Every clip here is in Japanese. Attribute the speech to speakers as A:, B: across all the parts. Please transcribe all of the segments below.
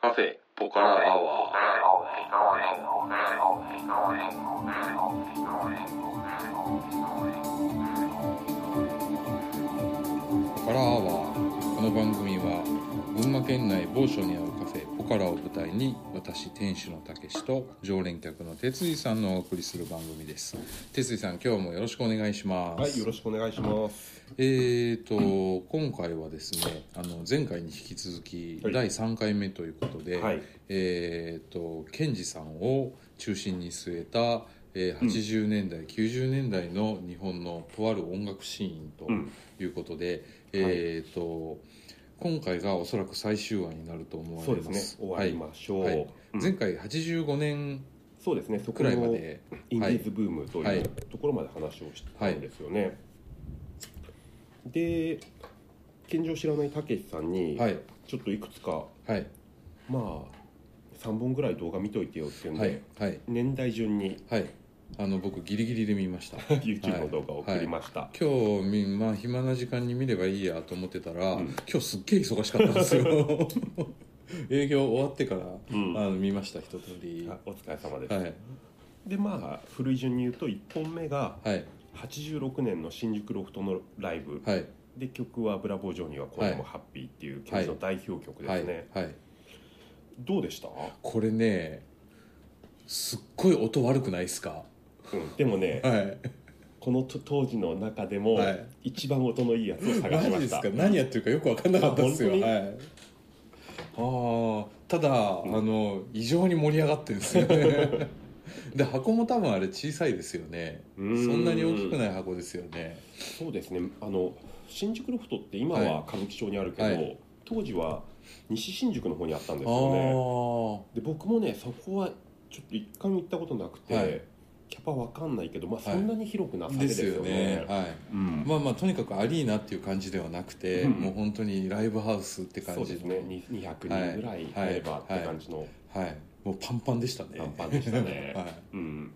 A: カフェポカラアワーポカラアワーこの番組は群馬県内某所にあるカフェポカラを舞台に私店主のたけしと常連客の哲二さんのお送りする番組です哲二さん今日もよろしくお願いします
B: はい、よろしくお願いします。
A: えーと、今回はですねあの前回に引き続き
B: はい
A: 第3回目ということで、
B: はい
A: えーと賢治さんを中心に据えた、えー80年代、90年代の日本のとある音楽シーンと
B: うん
A: いうことで、えーと今回がおそらく最終話になると思わ
B: そう
A: れ
B: で
A: ますす
B: ね。終わりましょう。
A: はいはい
B: うん
A: 前回85年
B: そうですね。そ
A: く
B: この
A: らいま
B: イ
A: で、
B: ンディーズブームと
A: はいいう
B: ところまで話をしたんですよね。で、現状知らないたけしさんに、
A: はい
B: ちょっといくつか
A: はい
B: まあ三本ぐらい動画見といてよっていうんで、
A: はいはい
B: 年代順に
A: はいあの僕ギリギリで見ました
B: YouTube の動画を送りました。
A: 今日みまあ暇な時間に見ればいいやと思ってたら、
B: うん
A: 今日すっげえ忙しかったん ですよ営業終わってから、
B: うん
A: あの見ました一通り
B: あお疲れ様です、
A: はい
B: でまあ古い順に言うと1本目が
A: はい
B: 86年の新宿ロフトのライブ、
A: はい
B: で曲は「ブラボー・ジョーニーはこれもハッピー」っていうケースの代表曲で
A: は
B: す
A: い、
B: ね、
A: はい、
B: どうでした、
A: これねすっごい音悪くないですか
B: うん、でもね
A: はい
B: このと当時の中でも
A: はい
B: 一番音のいいやつを探
A: マ
B: し
A: ジ
B: ま
A: で
B: し
A: す
B: た、
A: か何やってるかよく分かんなかったですよ
B: あ本当に
A: はいあーただ、
B: ん
A: あの異常に盛り上がってるんですよ ねで箱も多分あれ小さいですよねそ
B: そ
A: んなに大きくない箱ですよね
B: そうですねあの新宿ロフトって今
A: は
B: は歌舞伎町にあるけど、
A: はい
B: 当時は西新宿の方にあったんです
A: あ
B: よね
A: ー
B: で僕もねそこはちょっと一回も行ったことなくて、
A: はい
B: キャパわかんないけど、まあ、
A: は
B: そ
A: い
B: んなに広くなさげ
A: で
B: ですす
A: よ
B: よね,、
A: ねは
B: う
A: い
B: ん
A: まあまあとにかくアリーナっていう感じではなくて、
B: うん
A: もう本当にライブハウスって感
B: そう
A: じ
B: です
A: の、
B: ねに200人ぐらい入ればって感じの
A: はいもうパンパンでしたね
B: パンパンでしたね
A: はい
B: うん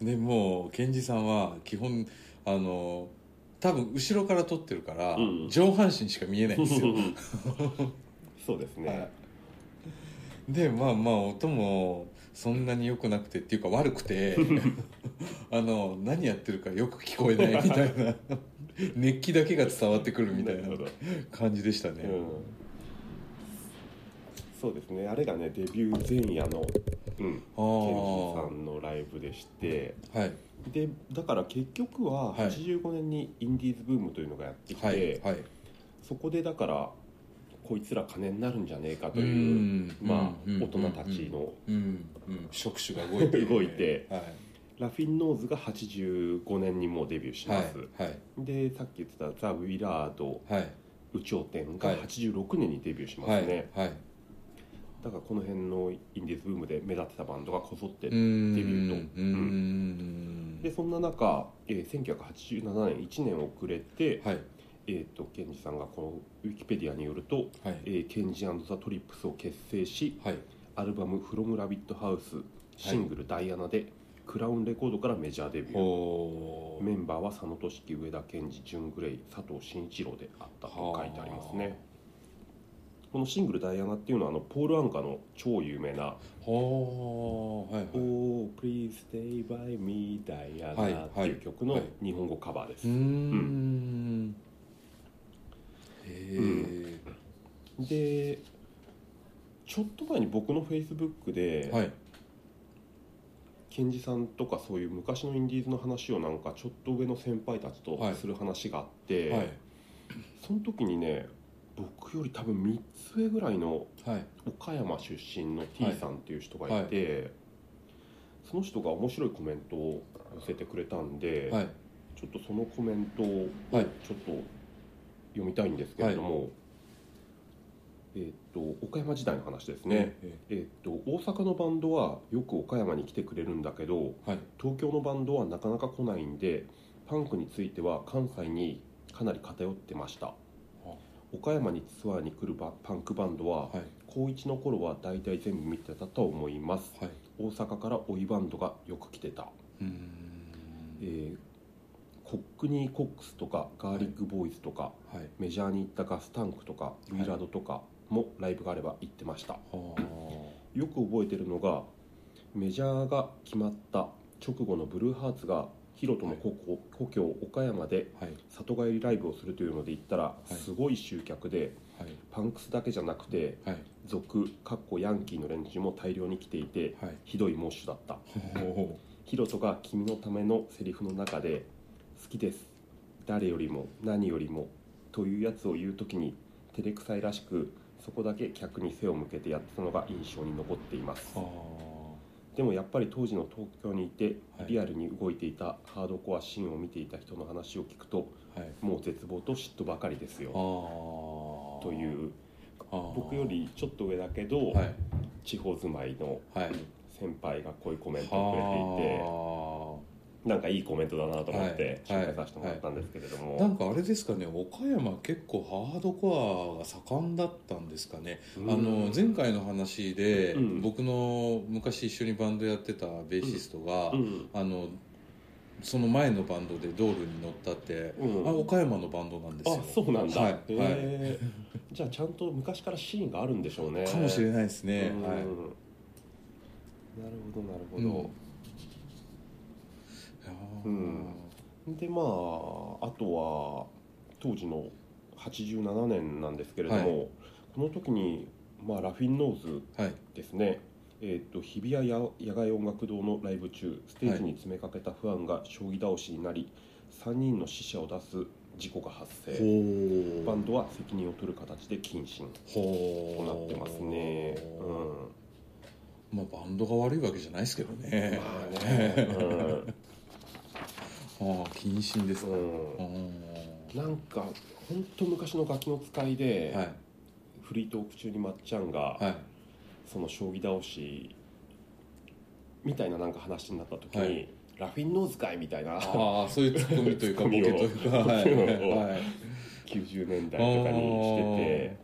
A: でもう賢治さんは基本あの多分後ろから撮ってるから、
B: うん
A: 上半身しか見えないんです よ
B: そうですね、
A: はいでまあまあ音もそんなに良くなくてっていうか悪く てあの何やってるかよく聞こえないみたい な熱気だけが伝わってくるみたいな
B: るほど
A: 感じでしたね、
B: うん、そうですねあれがねデビュー前夜の、う
A: あ
B: ん、ケンジ
A: あ
B: さ
A: は
B: んのライブでして
A: い
B: でだから結局は
A: はい
B: 85年にインディーズブームというのがやってきて、
A: はいはい
B: そこでだからこいつら金になるんじゃねえかと
A: う
B: いう、
A: ん
B: まあ、
A: うん
B: 大人たちの
A: うんうん触手が動いて
B: 動いて
A: はい
B: ラフィン・ノーズが85年にもうデビューし
A: は
B: ます、
A: いはい
B: でさっき言ってたザ・ウィラード
A: はい
B: 有頂天が
A: はい
B: 86年にデビューしますね、
A: はいはい
B: だからこの辺のインディーズブームで目立ってたバンドがこぞって、
A: デビュ
B: ーの
A: うんうん
B: でそんな中、えー1987年1年遅れて、
A: はい
B: えー、とケンジさんがこのウィキペディアによると、
A: はい
B: えーケンジザ・トリップスを結成し
A: はい
B: アルバム「フロム・ラビット・ハウス」シングル「ダイアナで」クラウンレコードからメジャーデビュー
A: お
B: メンバーは佐野俊樹上田健二ジュン・グレイ佐藤慎一郎であったと書いてありますねこのシングル「ダイアナ」っていうのはあのポール・アンカの超有名な
A: ほーはいはい
B: Oh, please stay by me, Diana、
A: はい
B: っていう曲の
A: はい
B: 日本語カバーです。
A: うーんへえ
B: で、ちょっと前に僕の Facebook で、
A: はい
B: ケンジさんとかそういう昔のインディーズの話をなんかちょっと上の先輩たちと
A: はい
B: する話があって、
A: はい
B: その時にね、僕より多分3つ上ぐらいの
A: はい
B: 岡山出身の T さんっていう人がいて、その人が面白いコメントを寄せてくれたんで、
A: はい
B: ちょっとそのコメントをちょ
A: は
B: っ
A: い
B: と読みたいんですけれども、えーっと岡山時代の話ですね、
A: え
B: えーっと大阪のバンドはよく岡山に来てくれるんだけど
A: はい
B: 東京のバンドはなかなか来ないんでパンクについては関西にかなり偏ってました岡山にツアーに来るバパンクバンドは
A: はい
B: 高1の頃は大体全部見てたと思います
A: はい
B: 大阪から追いバンドがよく来てた
A: うー
B: え
A: ん
B: ーコックニー・コックスとかガーリック・ボーイズとか、
A: はい
B: メジャーに行ったガスタンクとか
A: い
B: ウィラードとかもライブがあれば行ってました、
A: は
B: よく覚えてるのがメジャーが決まった直後のブルーハーツがヒロトの故郷,、故郷岡山で
A: はい
B: 里帰りライブをするというので行ったら
A: い
B: すごい集客で、
A: はい
B: パンクスだけじゃなくて
A: はい
B: 族かっこヤンキーの連中も大量に来ていて
A: はい
B: ひどいモッシュだった
A: ほ
B: ヒロトが君のためのセリフの中で「好きです誰よりも何よりも」というやつを言う時に照れくさいらしくそこだけ客に背を向けてやってたのが印象に残っています
A: うほ
B: でもやっぱり当時の東京にいて
A: はい
B: リアルに動いていたハードコアシーンを見ていた人の話を聞くと
A: うはい
B: もう絶望と嫉妬ばかりですよ
A: ああ
B: という僕
A: 僕
B: よりちょっと上だけど、
A: はい
B: 地方住まいの
A: はい
B: 先輩がこういうコメントをくれていて
A: は
B: なんかいいコメントだなと思って
A: はい
B: 紹介させてもらったんですけれども、
A: あなんかあれですかね岡山結構ハードコアが盛んだったんですかね
B: うん
A: あの前回の話で、
B: うん
A: 僕の昔一緒にバンドやってたベーシストが、
B: うん
A: あのその前のバンドでドールに乗ったって、
B: うん
A: あ岡山のバンドなんですよ
B: あそうなんだ、
A: はい
B: へえじゃあちゃんと昔からシーンがあるんでしょうね
A: かもしれないです
B: な
A: ね、
B: な
A: はい
B: るほどなるほど、
A: う
B: うんでまああとは当時の87年なんですけれども、
A: はい
B: この時に、まあ、ラフィンノーズ
A: はい
B: ですね、えー、と日比谷や野外音楽堂のライブ中ステージに詰めかけたファンが将棋倒しになり、3人の死者を出す事故が発生
A: ほ
B: バンドは責任を取る形で謹慎
A: ほ
B: となってますね、
A: まあバンドが悪いわけじゃないですけど
B: うん
A: ね、
B: まあね、
A: ああ謹慎です
B: う
A: か、
B: んう
A: うんん
B: なんか本当昔のガキの使いで、
A: はい
B: フリートーク中にまっちゃんが、
A: はい
B: その将棋倒しみたいななんか話になった時に、
A: はい
B: ラフィンノーズかいみたいな
A: ああそういうツッコミというか
B: ツッコ
A: ボ
B: ミ
A: ケ
B: を
A: というかはい
B: ボケを
A: はい
B: 90年代とかにして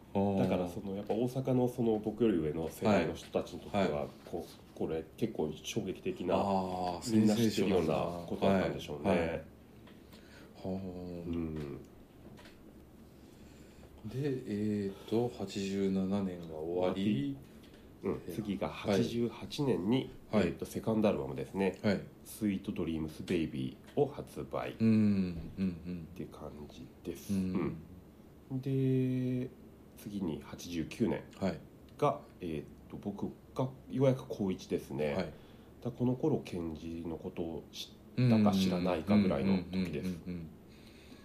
B: てだからそ
A: の
B: のやっぱ大阪のその僕より上の世代の人たちにとっては、
A: はいは
B: こうこれ結構衝撃的な
A: ああ
B: みんな知ってるようなことだったんでしょうね、
A: はいはい
B: う
A: は
B: ん
A: あでえっ、ー、と87年が終わり
B: うん、次が88年に、
A: はい
B: えー、とセカンドアルバムですね
A: はい
B: 「スイートドリームスベイビーを発売っ
A: うんうん
B: て感じです、
A: うんうん
B: うんで次に89年
A: はい
B: が、えー、と僕がようやく高1ですね、
A: はい
B: だこの頃賢治のことを知
A: うん
B: だか知らないかぐらいの時です
A: うん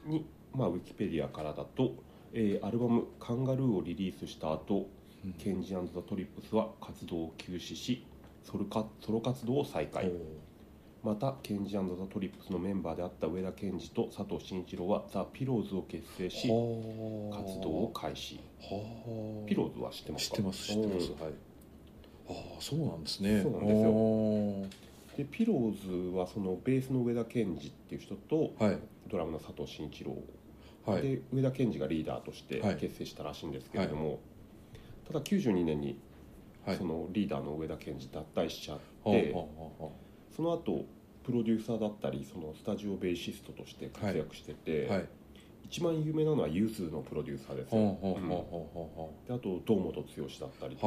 A: うん
B: に、まあ、ウィキペディアからだと、えーアルバム「カンガルー」をリリースした後
A: うんうん
B: ケンジザ・トリップスは活動を休止しソルカソロ活動を再開、またケンジザ・トリップスのメンバーであった上田健二と佐藤慎一郎はザ・ピローズを結成し
A: ほうはあ
B: 活動を開始
A: はあ
B: ピローズは知ってます
A: 知
B: か
A: ってます知ってます、はいああそうなんですね
B: そうなんですよ
A: よ
B: うんでピローズはそのベースの上田健二っていう人と
A: はい
B: ドラムの佐藤慎一郎
A: はい
B: で上田健二がリーダーとして
A: はい
B: 結成したらしいんですけれども、ただ92年に
A: はい
B: そのリーダーの上田健二脱退しちゃっ
A: はあ
B: て、
A: はあは
B: その後プロデューサーだったりそのスタジオベーシストとして活躍してて、
A: あはい
B: 一番有名なのはユーズのプロデューサーです
A: はあ
B: よ、
A: はあはあは
B: うん
A: あはあ
B: であと堂本剛だったり
A: は
B: とか
A: あ
B: 中渕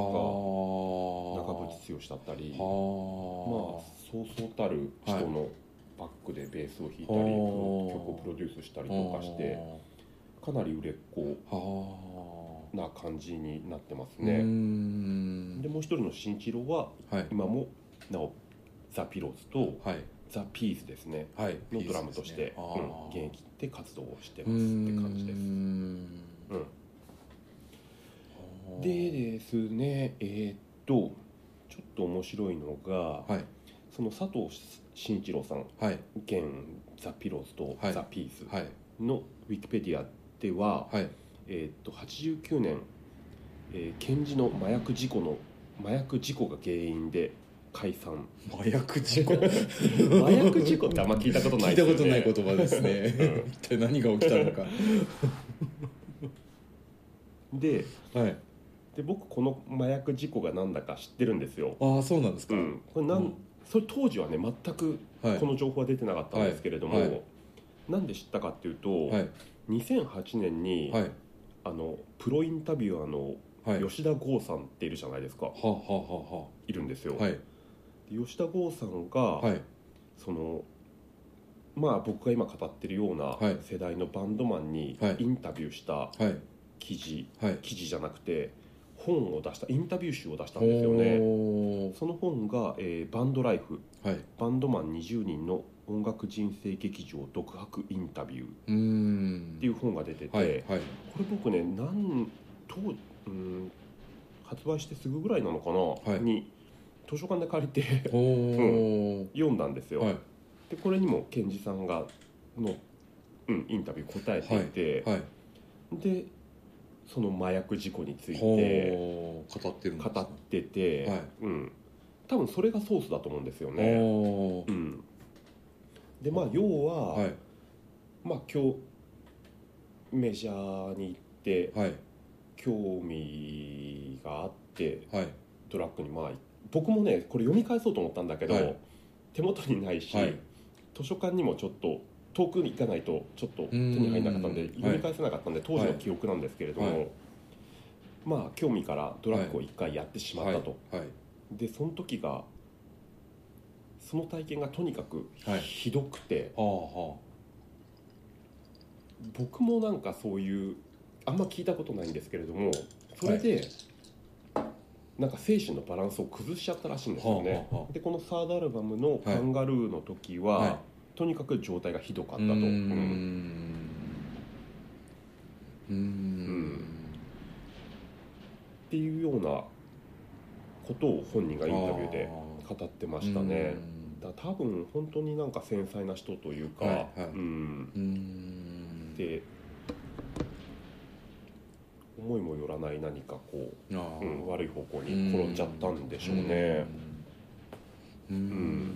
B: 剛だったりまあ
A: は
B: そうそうたる人のバックでベースを弾いたり、曲
A: はあ
B: をプロデュースしたり
A: あ
B: とかしてかなり売れっ子
A: はあ
B: な感じになってます
A: うー
B: ね、
A: ん
B: でもう一人の新一郎は
A: はい
B: 今もなおザ・ピローズと
A: はい
B: ザ・ピースですね
A: はい
B: のドラムとして、
A: あ
B: うん
A: ー
B: 現役で活動をしてますって感じです
A: うーん
B: うん
A: はあ
B: でですねえーっとちょっと面白いのが、
A: はい
B: その佐藤慎一郎さん
A: はい
B: 現ザ・ピローズと
A: はい
B: ザ・ピース
A: はい
B: のウィキペディアでは、
A: はい
B: えーっと89年、えー、検事の麻薬事故の麻薬事故が原因で解 散
A: 麻薬事故
B: 麻薬事故ってあんま聞いたことな
A: 聞
B: い
A: い
B: で
A: た
B: す
A: こ
B: よね
A: とない言葉ですね、
B: う
A: 一体何が起きたのか
B: で
A: はい
B: で僕この麻薬事故が何だか知ってるんですよ、
A: ああそうなんです
B: う
A: か、
B: ん、これなん、
A: うん
B: それ当時はね全く
A: はい
B: この情報は出てなかったんですけれども、
A: はいはい
B: なんで知ったかっていうと、
A: はい
B: 2008年に、
A: はい
B: あのプロインタビュアーの
A: はい
B: 吉田剛さんっているじゃないですか
A: はあはあはい
B: るんですよ、
A: あはあはい
B: で吉田剛さんが、
A: はい
B: そのまあ僕が今語ってるような
A: はい
B: 世代のバンドマンに
A: はい
B: インタビューした
A: はい
B: 記事、
A: はい
B: 記事じゃなくて本を出したインタビュー集を出したんですよね
A: おー
B: その本が、えーバンドライフ
A: はい
B: バンドマン20人の音楽人生劇場独白インタビューっ
A: うーん
B: ていう本が出てて、
A: はいはい
B: これ僕ねなんとうん発売してすぐぐらいなのかな、
A: はい
B: に図書館で借りて
A: おお
B: 読んだんですよ、
A: はい
B: でこれにも賢治さんがの、うん、インタビュー答えていて、
A: はい
B: でその麻薬事故について
A: ほー語ってるんですね
B: 語ってて、
A: はい
B: うん、多分それがソースだと思うんですよね、
A: おー
B: うん、でまあ要は、
A: はい
B: まあ今日メジャーに行って
A: はい
B: 興味があって
A: はい
B: ドラッグにまあ僕もねこれ読み返そうと思ったんだけど、
A: はい
B: 手元にないし、
A: はい
B: 図書館にもちょっと遠くに行かないとちょっと手
A: ん
B: に入らなかったんで
A: はい
B: 読み返せなかったんで、当時の記憶なんですけれども、
A: はい
B: まあ興味からドラッグを一回やってしまったと、
A: はいはい
B: でその時がその体験がとにかく
A: はい
B: ひどくて、
A: はあは
B: 僕もなんかそういうあんま聞いたことないんですけれどもそれで、なんか精神のバランスを崩しちゃったらしいんですよね、
A: はあはあは
B: でこのサードアルバムの「カンガルー」の時は、
A: はい
B: とにかく状態がひどか
A: あ
B: ったと、
A: うー
B: うん
A: んうーん
B: っていうようなことを本人がインタビューで語ってましたねだから多分本当になんか繊細な人というか、
A: はいはい
B: うん
A: うーん
B: で思いもよらない何かこ
A: あ
B: う、うん、
A: ー
B: 悪い方向に転んじゃったんでしょうね、
A: うーんうーん
B: うん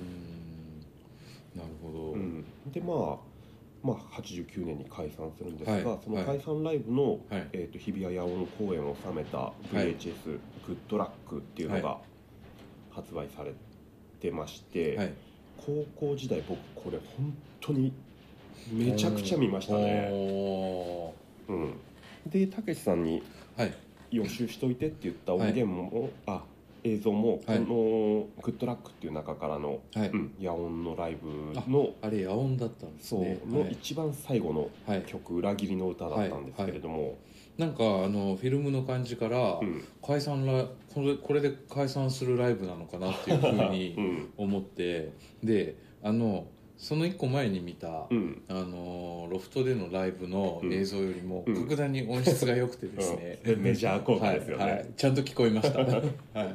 A: なるほど
B: うん、でまあ、まあ、89年に解散するんですが、
A: はい
B: その解散ライブの、
A: はい
B: えー、と日比谷野音公演を収めた
A: い
B: VHS「グッドラック」っていうのが発売されてまして、
A: はい
B: 高校時代僕これ本当にめちゃくちゃ見ましたね、
A: お
B: うん、でたけしさんに
A: ーはい
B: 予習しといてって言った音源も、あ映像もこ
A: はい
B: の「グッドラック」っていう中からの、
A: はい
B: うん、野音のライブの
A: あれ野音だったんです
B: そう
A: ね
B: の一番最後の
A: はいはい
B: 曲「裏切りの歌」だったんですけれども、
A: なんかあのフィルムの感じから
B: うん
A: 解散ライこれこれで解散するライブなのかなっていうふう
B: う
A: に
B: ん
A: 思ってであのその一個前に見た
B: うん
A: あのロフトでのライブの映像よりも
B: うん
A: 格段に音質が良くてですね、
B: うんメジャー効果ですよね
A: はいはいちゃんと聞こえま した、はい、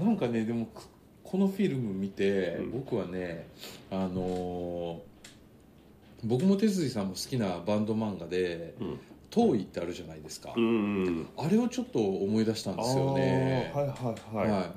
A: なんかねでもくこのフィルム見て、
B: うん
A: 僕はねあのー僕も哲司さんも好きなバンド漫画で
B: うん
A: 「遠い」ってあるじゃないですか、
B: うんうん
A: あれをちょっと思い出したんですよね
B: あーはいはいはい、
A: は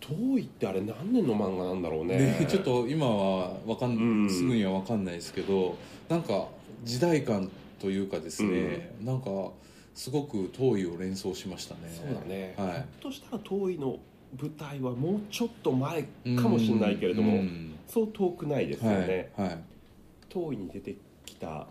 B: 遠いってあれ何年の漫画なんだろう
A: い
B: ね
A: でちょっと今はわかん、
B: うん
A: すぐには分かんないですけどなんか時代感というかですね、なんかすごく遠いを連想しましたね
B: そうだね、
A: はい
B: ひょっとしたら遠いの舞台はもうちょっと前かもしれないけれど
A: う
B: も、
A: ん
B: そう遠くないですよ
A: はい、
B: ね、
A: はい
B: 遠いに出てきた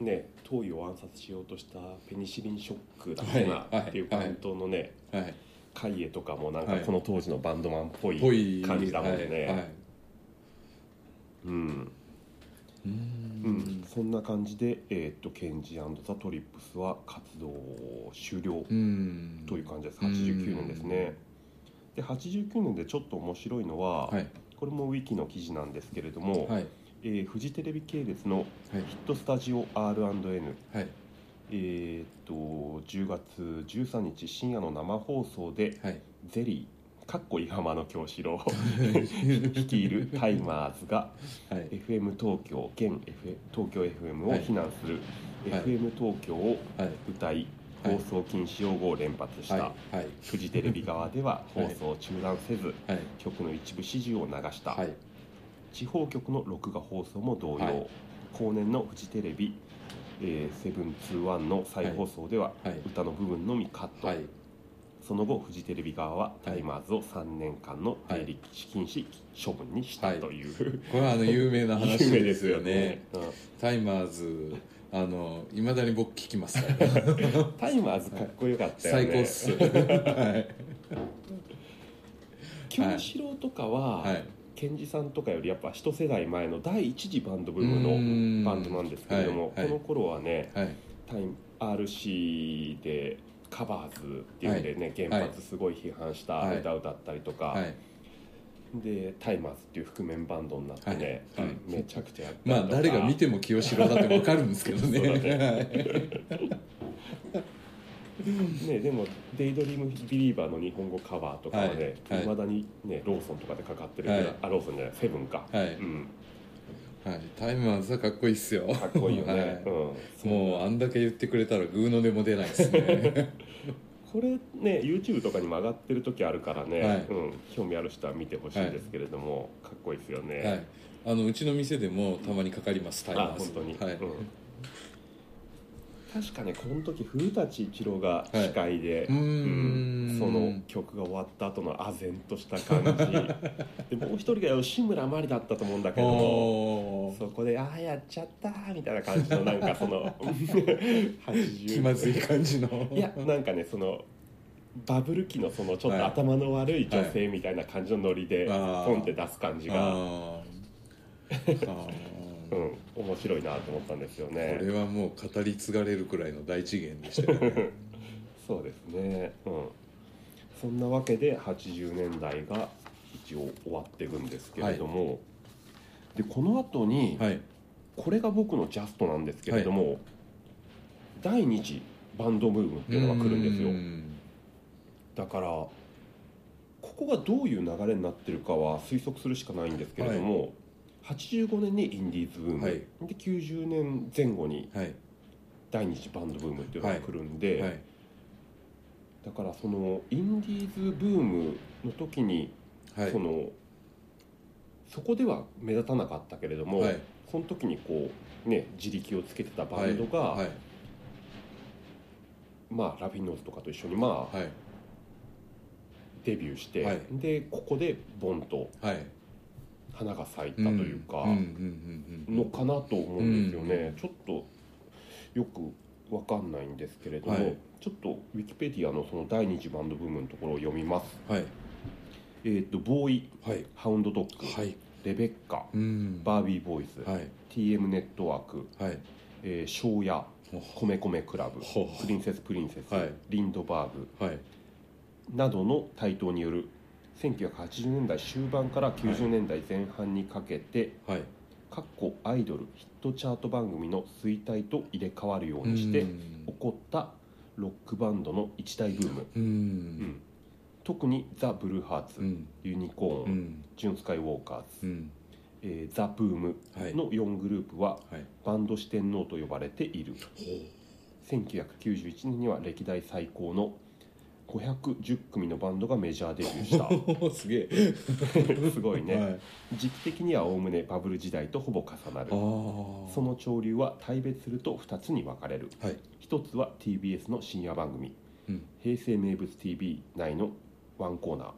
B: ね遠いを暗殺しようとしたペニシリンショックだっけな、
A: はいはい
B: っていう関東のね
A: はい
B: カイエとかもなんか
A: はい
B: この当時のバンドマンっぽい、
A: ぽい
B: 感じだもんね
A: はいはい
B: うん
A: う
B: うんん、そんな感じで、えー、とケンジザ・トリップスは活動を終了
A: うん
B: という感じです
A: うん
B: 89年ですねで89年でちょっと面白いのは、
A: はい
B: これもウィキの記事なんですけれども、
A: はい
B: えーフジテレビ系列の
A: はい
B: ヒットスタジオ R&N
A: はい
B: えー、と10月13日深夜の生放送で
A: はい
B: ゼリーかっこい浜の京志郎率いるタイマーズが
A: はい
B: FM 東京現 F 東京 FM を非難する、
A: はい
B: FM 東京を
A: はい
B: 歌い、
A: はい
B: 放送禁止用語を連発した、
A: はいはい
B: フジテレビ側では
A: は
B: 放
A: い
B: 送を中断せず、
A: はい
B: 曲の一部始終を流した、
A: はい
B: 地方局の録画放送も同様、
A: はい
B: 後年のフジテレビ、えー、721の再放送では、
A: はい
B: 歌の部分のみカット、
A: はい
B: その後フジテレビ側はタイマーズを3年間の出入り禁止処分にしたという、
A: これはあの有名な話
B: 有名
A: ですよね
B: ですよね、うん
A: タイマーズああのいまだに僕聞きます からね
B: タイマーズかっこよかったよ
A: 最高っ
B: ね
A: すはい
B: 京志郎とかは、
A: はい
B: 賢治さんとかよりやっぱ一世代前の第一次バンドブームのバンドなんですけれども、
A: うんはいは
B: この
A: い
B: 頃はね
A: はい
B: タイム RC でカバーズっていうんでね、原発すごい批判した
A: はい
B: 歌を歌ったりとか、
A: はい
B: でタイマーズっていう覆面バンドになってね、
A: はいはい
B: うんめちゃくちゃやったり
A: ま
B: と
A: あ
B: か
A: 誰が見ても清志郎だってわかるんですけどね
B: そうだね
A: はい
B: ね、でも「デイドリームビリーバー」の日本語カバーとかはね
A: はいはい
B: いま、未だに、ね、ローソンとかでかかってるぐらい、
A: はい
B: あローソンじゃないセブンか、
A: はい
B: うん、
A: はい、タイマーズはかっこいいっすよ
B: かっこいいよね、
A: は
B: うん、そ
A: もうあんだけ言ってくれたらグーの音も出ないです ね
B: これね YouTube とかにも上がってる時あるからね、
A: はい
B: うん、興味ある人は見てほしいんですけれども、かっこいいですよね、
A: はいあのうちの店でもたまにかかりますタイマ
B: あ
A: ーズ
B: 本当に、
A: はい
B: うん、確かねこの時古舘一郎が司会で、
A: うー
B: うん
A: ん
B: その曲が終わった後の唖然とした感 じでもう一人が吉村麻里だったと思うんだけども
A: おー
B: そこで「ああやっちゃった」みたいな感じのなんか その 80
A: 気まずい感じの
B: いやなんかねそのバブル期のそのちょっ
A: はい
B: と頭の悪い女性みたいな感じのノリで
A: あー
B: ポンって出す感 じ
A: あ
B: が、
A: ーあー
B: う
A: こ
B: ん、面白いなと思ったんですよね
A: れはもう語り継がれるくらいの大次元でしたよ ね
B: そうですねうんそんなわけで80年代が一応終わっていくんですけれども、でこの後に、
A: はい
B: これが僕のジャストなんですけれども、第2次バンドムームっていうのが来るんですよ
A: うーん
B: だからここがどういう流れになってるかは推測するしかないんですけれども、85年にインディーズブーム、
A: はい
B: で90年前後に
A: はい
B: 第二次バンドブームっていうのが来るんで、
A: はい
B: だからそのインディーズブームの時に、
A: はい
B: そのそこでは目立たなかったけれども、
A: はい
B: その時にこうね自力をつけてたバンドが、
A: はい
B: まあ、ラフィノーズとかと一緒にまあ
A: はい
B: デビューして、
A: はい
B: でここでボンと
A: はい
B: 花が咲いたというか。
A: うんうんうんうん
B: のかなと思うんですよね、ちょっとよくわかんないんですけれども、
A: はい
B: ちょっとウィキペディアのその第二次バンドブームのところを読みます、
A: はい
B: えー、とボーイ
A: はい
B: ハウンドドッグ、
A: はい
B: レベッカ
A: うん
B: バービーボーイズ、
A: はい
B: TM ネットワーク
A: はい
B: えー庄屋、
A: ほ
B: 米米クラブ
A: ほ
B: プリンセスプリンセス、
A: はい
B: リンドバーグ
A: はい
B: などの台頭による1980年代終盤から90年代前半にかけて、
A: はい
B: かっこアイドルヒットチャート番組の衰退と入れ替わるようにして
A: う
B: 起
A: ん
B: こったロックバンドの一大ブーム、
A: う
B: うんん特にザ・ブルーハーツ、
A: うん
B: ユニコー
A: う
B: ン、
A: ん
B: ジュン・スカイ・ウォーカー
A: う
B: ズ、
A: ん
B: えーザ・ブーム
A: はい
B: の4グループは
A: はい
B: バンド四天王と呼ばれている1991年には歴代最高の510組のバンドがメジャーデビューした
A: おー すげえ
B: すごいね、
A: はい
B: 時期的にはおおむねバブル時代とほぼ重なる
A: あー
B: その潮流は大別すると2つに分かれる、
A: はい
B: 一つは TBS の深夜番組
A: うん
B: 「平成名物 TV」内のワンコーナー、
A: い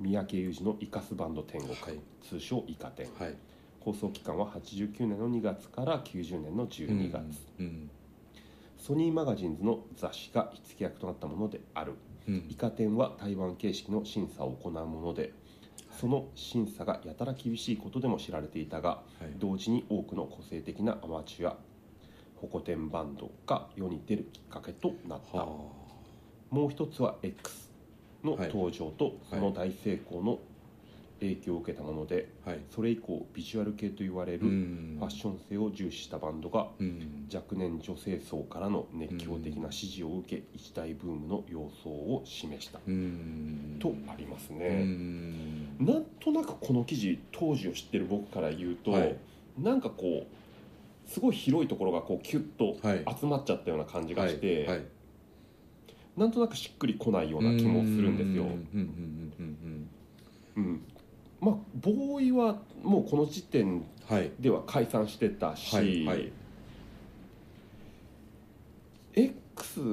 B: 三宅裕司の「イカスバンド天国」
A: はい
B: 通称「イカ天
A: はい」
B: 放送期間は89年の2月から90年の12月、
A: うん
B: ソニーマガジンズの雑誌が火付け役となったものである
A: う
B: イ
A: ん
B: カ天は台湾形式の審査を行うものでその審査がやたら厳しいことでも知られていたが
A: はい
B: 同時に多くの個性的なアマチュアホコテンバンドが世に出るきっかけとなった、
A: は
B: もう一つは X の
A: はい
B: 登場とその大成功の影響を受けたもので、
A: あはい
B: それ以降ビジュアル系と言われる
A: う
B: フ
A: ん
B: ァッション性を重視したバンドが
A: うん
B: 若年女性層からの熱狂的な支持を受け一大ブームの様相を示した
A: うん
B: とあります
A: う
B: ね、
A: ん
B: なんとなくこの記事当時を知ってる僕から言うと、
A: はい
B: なんかこうすごい広いところがこうキュッと
A: はい
B: 集まっちゃったような感じがして、
A: はいはい
B: なんとなくしっくりこないような気もするんですよ
A: う。うんうんうん
B: うんまあ、ボーイはもうこの時点
A: うんはい
B: では解散してたし、
A: はいはい
B: X
A: は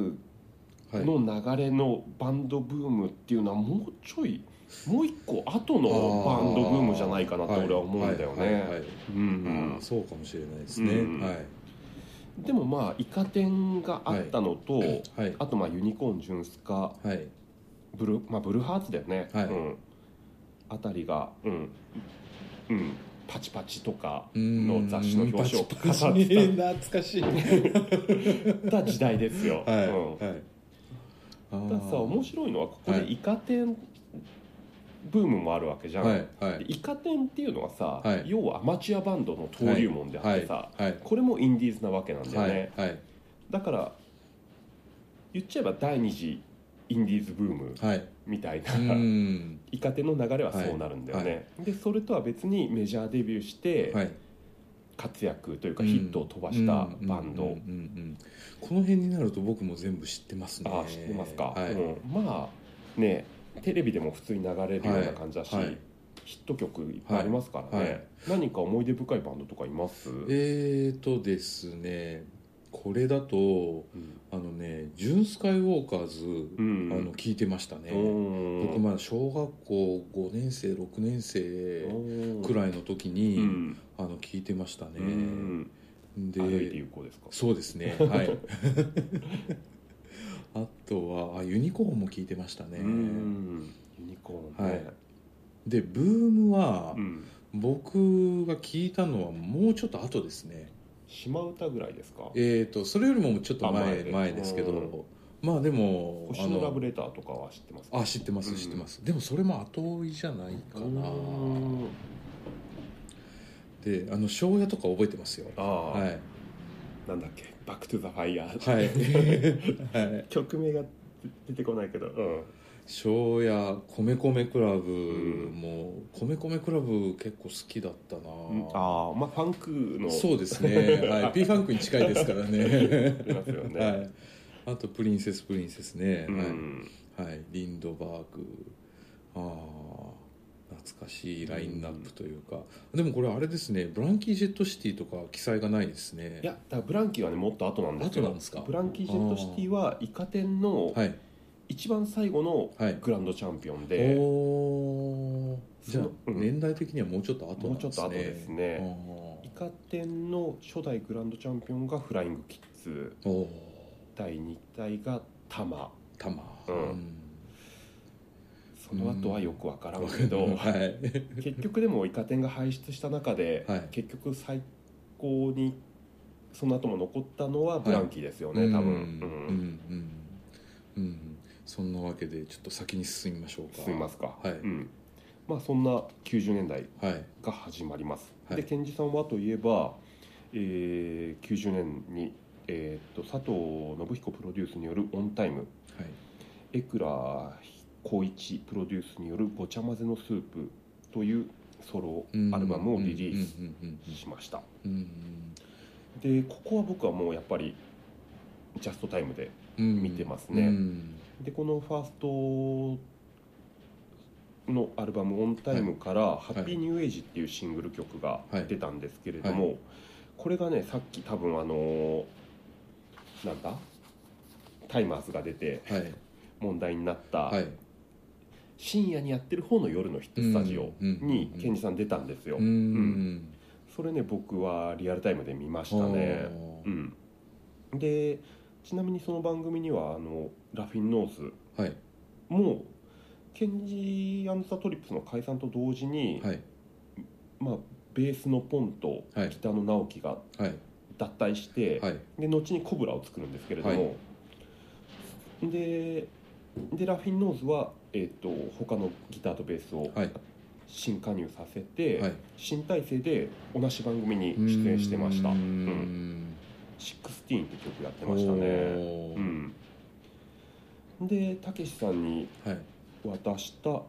A: い
B: の流れのバンドブームっていうのはもうちょいもう一個後のバンドブームじゃないかなと俺は思うんだよ
A: はいはいはい
B: ね。
A: はい
B: うん
A: あーそうかもしれないですね、
B: うん
A: はい
B: でもまあイカ天があったのと、
A: はい
B: あとまあユニコーンジュンスカ
A: はい
B: ブル,、まあ、ブルーハーツだよね、
A: はい
B: うん、あたりが、うんうん、パチパチとか
A: うん
B: の雑誌の表紙を
A: パチパチ
B: 飾って
A: 懐かしいはい
B: た時代ですよ。うん
A: はいあ
B: ただ
A: ー
B: さ面白いのはここ
A: は
B: で
A: い
B: イカ天ブームもあるわけじゃん、
A: はいは
B: で
A: い
B: イカ天っていうのはさ、
A: はい
B: 要はアマチュアバンドの登竜門であ
A: は
B: って
A: い
B: さ、
A: はい
B: これもインディーズなわけなんだよ
A: は
B: ね、
A: いはい
B: だから言っちゃえば第二次インディーズブーム
A: はい
B: みたいうな
A: ん
B: イカ天の流れはそうなるんだよね、でそれとは別にメジャーデビューして
A: はい
B: 活躍というかヒットを飛ばしたバンド、
A: うんうんうんうんこの辺になると僕も全部知ってますね
B: ああ知ってますか、
A: はい
B: うん、まあねテレビでも普通に流れるような感じだし、
A: はいはい
B: ヒット曲いっぱいありますからね、
A: はいはい
B: 何か思い出深いバンドとかいます、
A: えーとですねこれだと
B: うん
A: あのね「ジュン・スカイ・ウォーカーズ」
B: うん
A: あの聞いてましたね
B: うん
A: 僕まだ小学校5年生6年生く
B: い
A: らいの時に、あの聞いてました
B: う
A: ね
B: ん
A: で
B: 歩いて有効ですか
A: そうですねはい あとはあユニコーンも聞いてましたね
B: うんユニコーンね、
A: でブームは
B: うん、
A: 僕が聞いたのはもうちょっと後ですね
B: 島唄ぐらいですか
A: えー、とそれよりもちょっと
B: あ
A: 前
B: 前
A: 前
B: で
A: ですけど、
B: うん
A: まあでも
B: 星のラブ
A: レ
B: レターとかは知ってます
A: あ知ってます知ってます、でもそれも後追いじゃないかな
B: うん
A: であの庄屋とか覚えてますよ
B: ああ、
A: はい
B: なんだっけバックトゥザファイヤー、
A: はいはい
B: 曲名が出てこないけど、うん、
A: 庄屋米米クラブ
B: うん
A: も米米クラブ結構好きだったな
B: ああまあファンクの
A: そうですね、はい、P ファンクに近いですからね
B: ありますよね、
A: はい、あとプリンセスプリンセスね、
B: うん、
A: はいはい、リンドバーグああ懐かしいラインナップというか、でもこれあれですねブランキー・ジェット・シティとか記載がないですね
B: いやだからブランキーはねもっと後なんですけど
A: 後なんですか
B: ブランキー・ジェット・シティはイカ天の
A: はい
B: 一番最後の
A: はい
B: グランドチャンピオン
A: お
B: で、
A: おーじゃあ、
B: そのうん
A: 年代的にはもうちょっと後な
B: もうんち
A: で
B: ょっ
A: す
B: と
A: ね
B: 後です
A: あ
B: ねイカ天の初代グランドチャンピオンがフライングキッズ
A: ーおお
B: 第2代がタマ
A: たま
B: うんその後はよくわからんけど、
A: はい
B: 結局でもイカ天が輩出した中で、
A: はい
B: 結局最高にその後も残ったのはブランキーですよね、
A: うん
B: 多分、うん
A: うん、うんうん、そんなわけでちょっと先に進みましょうか
B: 進みますか、
A: はい
B: うんまあ、そんな90年代
A: はい
B: が始まります、
A: はい
B: で賢治さんはといえば、えー90年に、えーっと佐藤信彦プロデュースによる「オンタイム」
A: はい
B: 江倉浩一プロデュースによる「ごちゃ混ぜのスープ」というソロアルバムをリリー
A: うんうん
B: スしました、
A: うん
B: でここは僕はもうやっぱりジャストタイムで
A: うんうん
B: 見てますね
A: うん
B: でこのファーストのアルバム「オンタイム」から「ハッピーニューエイジ」っていうシングル曲が出たんですけれども、これがねさっき多分あのーなんだタイマーズが出て
A: はい
B: 問題になった、
A: はい
B: 深夜にやってる方の夜のヒットスタジオに
A: うん
B: ケンジさん出たんですよ、
A: うんうん
B: それね僕はリアルタイムで見ましたねうんでちなみにその番組にはあのラフィン・ノーズ
A: はい
B: もケンジザ・トリップスの解散と同時に、
A: はい
B: まあ、ベースのポンと
A: はい
B: 北野直樹が
A: はい
B: 脱退して、
A: はい
B: で後にコブラを作るんですけれども、ででラフィン・ノーズは、えー、と他のギターとベースを
A: はい
B: 新加入させて、
A: はい
B: 新体制で同じ番組に出演してました「
A: う
B: うんん、16」って曲やってましたね、
A: おー
B: うん、でたけしさんに
A: はい
B: 渡した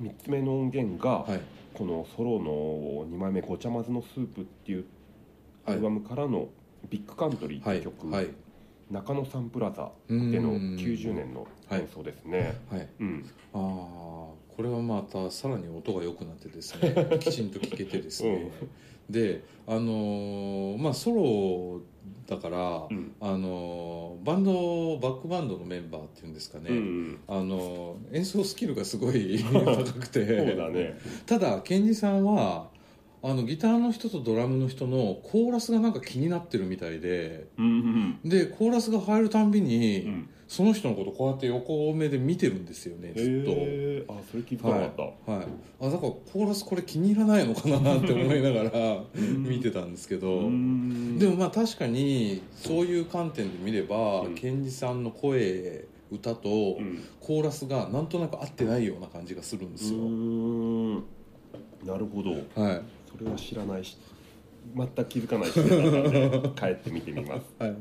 B: 3つ目の音源が、
A: はい
B: このソロの2枚目「ごちゃまずのスープ」っていうアルバムからの「ビッグカントリー」って
A: は
B: いう
A: い
B: 曲、
A: はい
B: 中野サンプラザ
A: うん
B: での90年の演奏ですね、
A: はい
B: うん
A: ああこれはまたさらに音が良くなってですねきちんと聴けてですね、であのーまあソロだから、
B: うん
A: あのーバンドバックバンドのメンバーっていうんですかね、
B: うん
A: あの演奏スキルがすごい 高くて
B: そうだね
A: ただ賢治さんはあのギターの人とドラムの人のコーラスがなんか気になってるみたいで
B: うん
A: でコーラスが入るたんびに、
B: うんうん
A: その人のことこうやって横目で見てるんですよねずっと。
B: へーあそれ聞いてなかった、
A: はい、あだからコーラスこれ気に入らないのかなって思いながら
B: うん
A: 見てたんですけ
B: う
A: ど、
B: ん
A: でもまあ確かにそういう観点で見れば、
B: うん
A: ケンジさんの声歌と
B: うん
A: コーラスがなんとなく合ってないような感じがするんですよ、
B: うんなるほど
A: はい
B: それは知らないし全く気づかないし、 ね、帰って見てみます
A: はい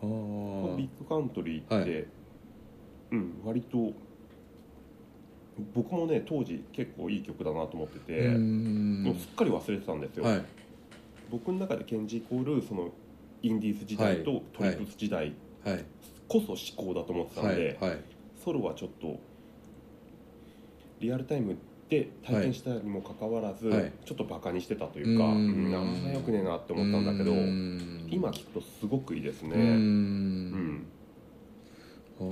B: ビッ
A: は
B: グカントリーって、
A: は
B: うん割と僕もね当時結構いい曲だなと思って
A: あ
B: て、もう
A: ー
B: すっかり忘れてたんですよ、
A: はい
B: 僕の中でケンジイコールそのインディーズ時代
A: は
B: と
A: い
B: トリプス時代
A: はい
B: こそ至高だと思ってた
A: は
B: ん
A: い
B: で、
A: はい
B: ソロはちょっとリアルタイムで体験したにもかかわらず、
A: はい
B: ちょっとバカにしてたというか、
A: う
B: うんん、あんまよくねえなって思ったんだけど、
A: うん
B: 今聞くとすごくいいですね、
A: う
B: うんん
A: あー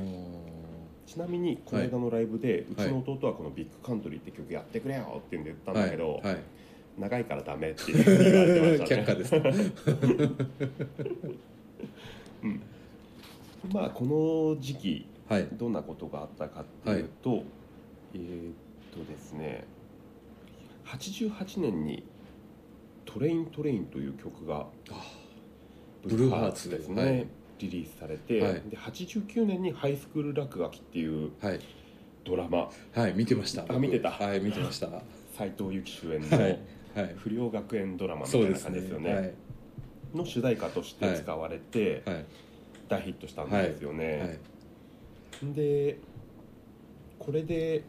B: ちなみにこの間のライブで、うち
A: はい
B: の弟はこの「ビッグカントリー」って曲やってくれよって言うんで言ったんだけど、
A: はいはい
B: 長いからダメって言われてましたね
A: 却 下 ですか
B: まあこの時期
A: はい
B: どんなことがあったかっていうと、えーっとですね88年に「トレイントレイン」という曲が
A: ブルーハーツ
B: ブですね、
A: はい
B: リリースされて、
A: はい
B: で89年に「ハイスクール落書き」っていう
A: はい
B: ドラマ
A: はい見てました
B: あ見てた
A: はい見てましたは
B: 斎藤由貴主演
A: い
B: の
A: はい
B: 不良学園ドラマみた
A: そ
B: いう
A: で
B: な
A: す
B: 感じ
A: ね
B: ですよねの主題歌として使われて
A: はいはい
B: 大ヒットしたんですよね、
A: はい
B: でこれで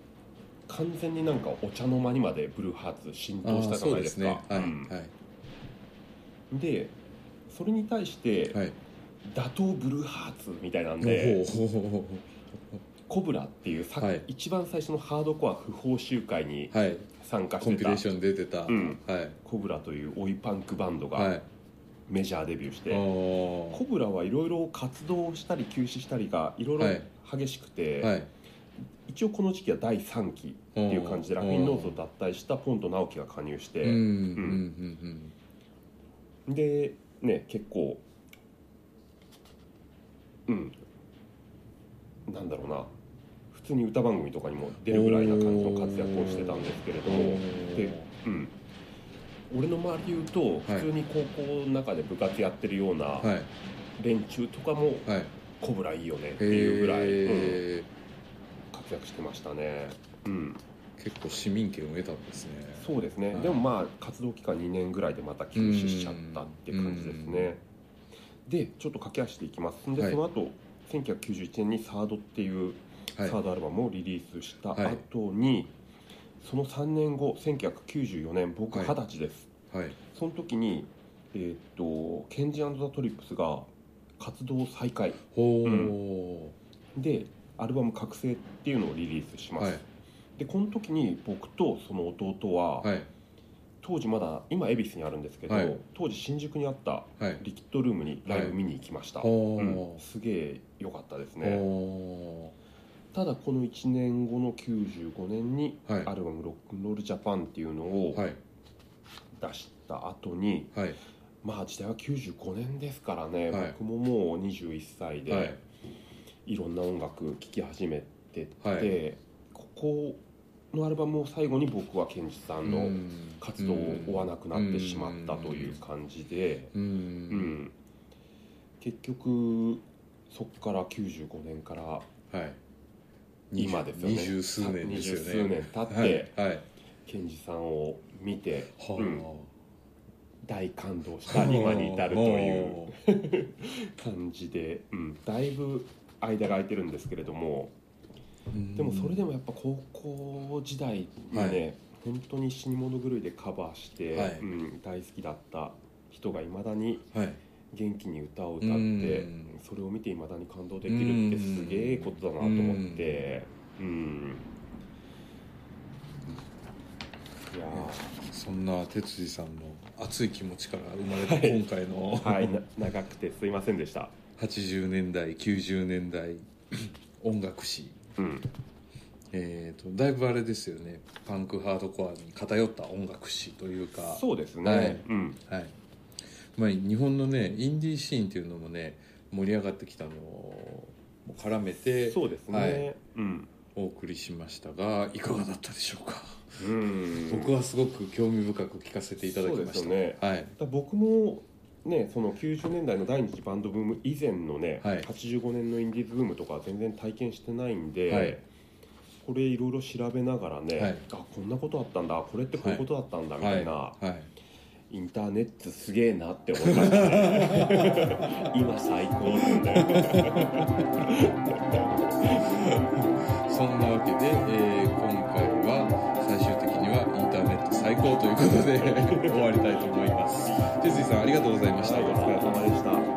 B: 完全になんかお茶の間にまでブルーハーツ浸
A: あ
B: 透し
A: ー
B: たじゃ
A: そ
B: な
A: うで
B: いですすか
A: ねはい
B: うん
A: はい
B: でそれに対して、
A: はい
B: 打倒ブルーハーツみたいなんで、
A: ほうほうほうほ
B: コブラっていうさ、
A: はい
B: 一番最初のハードコア不法集会に
A: うはい
B: 参加
A: コ
B: し
A: ン
B: て
A: ピレ
B: た
A: ーション出てたは
B: うん
A: い
B: コブラという追いパンクバンド
A: は
B: が
A: い
B: メジャーデビューして、
A: あ
B: コブラはいろいろ活動したり休止したりがいろいろ
A: はい
B: 激しくて、
A: ーはい
B: 一応この時期は第3期
A: って
B: っていう感じでラフィンノーズを脱退したポンと直樹が加入して、
A: うんうん
B: でね結構うんなんだろうな普通に歌番組とかにも出るぐらいな感じの活躍をしてたんですけれど
A: うんうん
B: も、でうん、俺の周りで言うと普通に高校の中で部活やってるような
A: はい
B: 連中とかも
A: はい
B: 「コブラいいよね」っていうぐらい、うん
A: へえ
B: 活躍してましたね。うん、
A: 結構市民権を得たんですね
B: そうですね、
A: はい
B: でもまあ活動期間2年ぐらいでまた休止しちゃったって感じですねでちょっと駆け足でいきますで、
A: はい
B: その後1991年にサードっていうサ
A: はい
B: ードアルバムをリリースした
A: はい
B: 後に、その3年後1994年僕
A: はい
B: 二十歳です、
A: はい
B: その時にえーっとケンジザ・トリップスが活動再開
A: ほ
B: う
A: う
B: でアルバム「覚醒」っていうのをリリースします、
A: はい
B: でこの時に僕とその弟は、
A: はい
B: 当時まだ今恵比寿にあるんですけど、
A: はい
B: 当時新宿にあった
A: はい
B: リキッドルームにライブ見に行きました、
A: ほ
B: うん
A: う
B: すげえ良かったですね
A: ほ
B: ただこの1年後の95年に
A: うはい
B: アルバム「ロックンロールジャパン」っていうのを
A: はい
B: 出した後に
A: はい
B: まあ時代は95年ですからね、
A: はい
B: 僕ももう21歳で、
A: はい
B: い、ろんな音楽聴き始めてって、
A: はい
B: ここのアルバムを最後に僕はケンジさんの活動を追わなくなってしまったという感じで。
A: うん
B: うん、結局そっから95年から
A: はい
B: 今ですよね
A: 二十数年ですよね
B: 20数年経って、
A: はいはい
B: ケンジさんを見て
A: は
B: うん大感動した今に至るという
A: う
B: 感じで、うん、だいぶ間が空いてるんですけれどもでもそれでもやっぱ高校時代にね、
A: はい
B: 本当に死に物狂いでカバーして、
A: はい
B: うん、大好きだった人がいまだに
A: はい
B: 元気に歌を歌っ
A: う
B: て、
A: ん
B: それを見ていまだに感動できるってすげえことだなと思ってうん、いや
A: そんな哲司さんの熱い気持ちから生まれ
B: は
A: た
B: い
A: 今回の
B: ーはいな長くてすいませんでした、
A: 80年代90年代音楽史
B: うん、
A: えー、とだいぶあれですよねパンクハードコアに偏った音楽史というか
B: そうですね、
A: はい
B: うん
A: はいまあ、日本のねインディーシーンっていうのもね盛り上がってきたのを絡めて
B: そうですね、
A: はい
B: うん、
A: お送りしましたがいかがだったでしょうか、
B: うん、
A: 僕はすごく興味深く聞かせていただきました
B: そうです
A: はい
B: だ僕もねその90年代の第二次バンドブーム以前のね、
A: はい
B: 85年のインディーズブームとかは全然体験してないんで、
A: はい
B: これいろいろ調べながらね、
A: はい
B: あこんなことあったんだこれってこういうことだったんだ、みたいな、
A: はい、はい、
B: インターネットすげえなって思いました ね今最高なんだよ
A: そんなわけで、えー今回は最終的にはインターネット最 高ということで終わりたいと思います哲司さんありがとうございました、
B: はいお疲れ様でした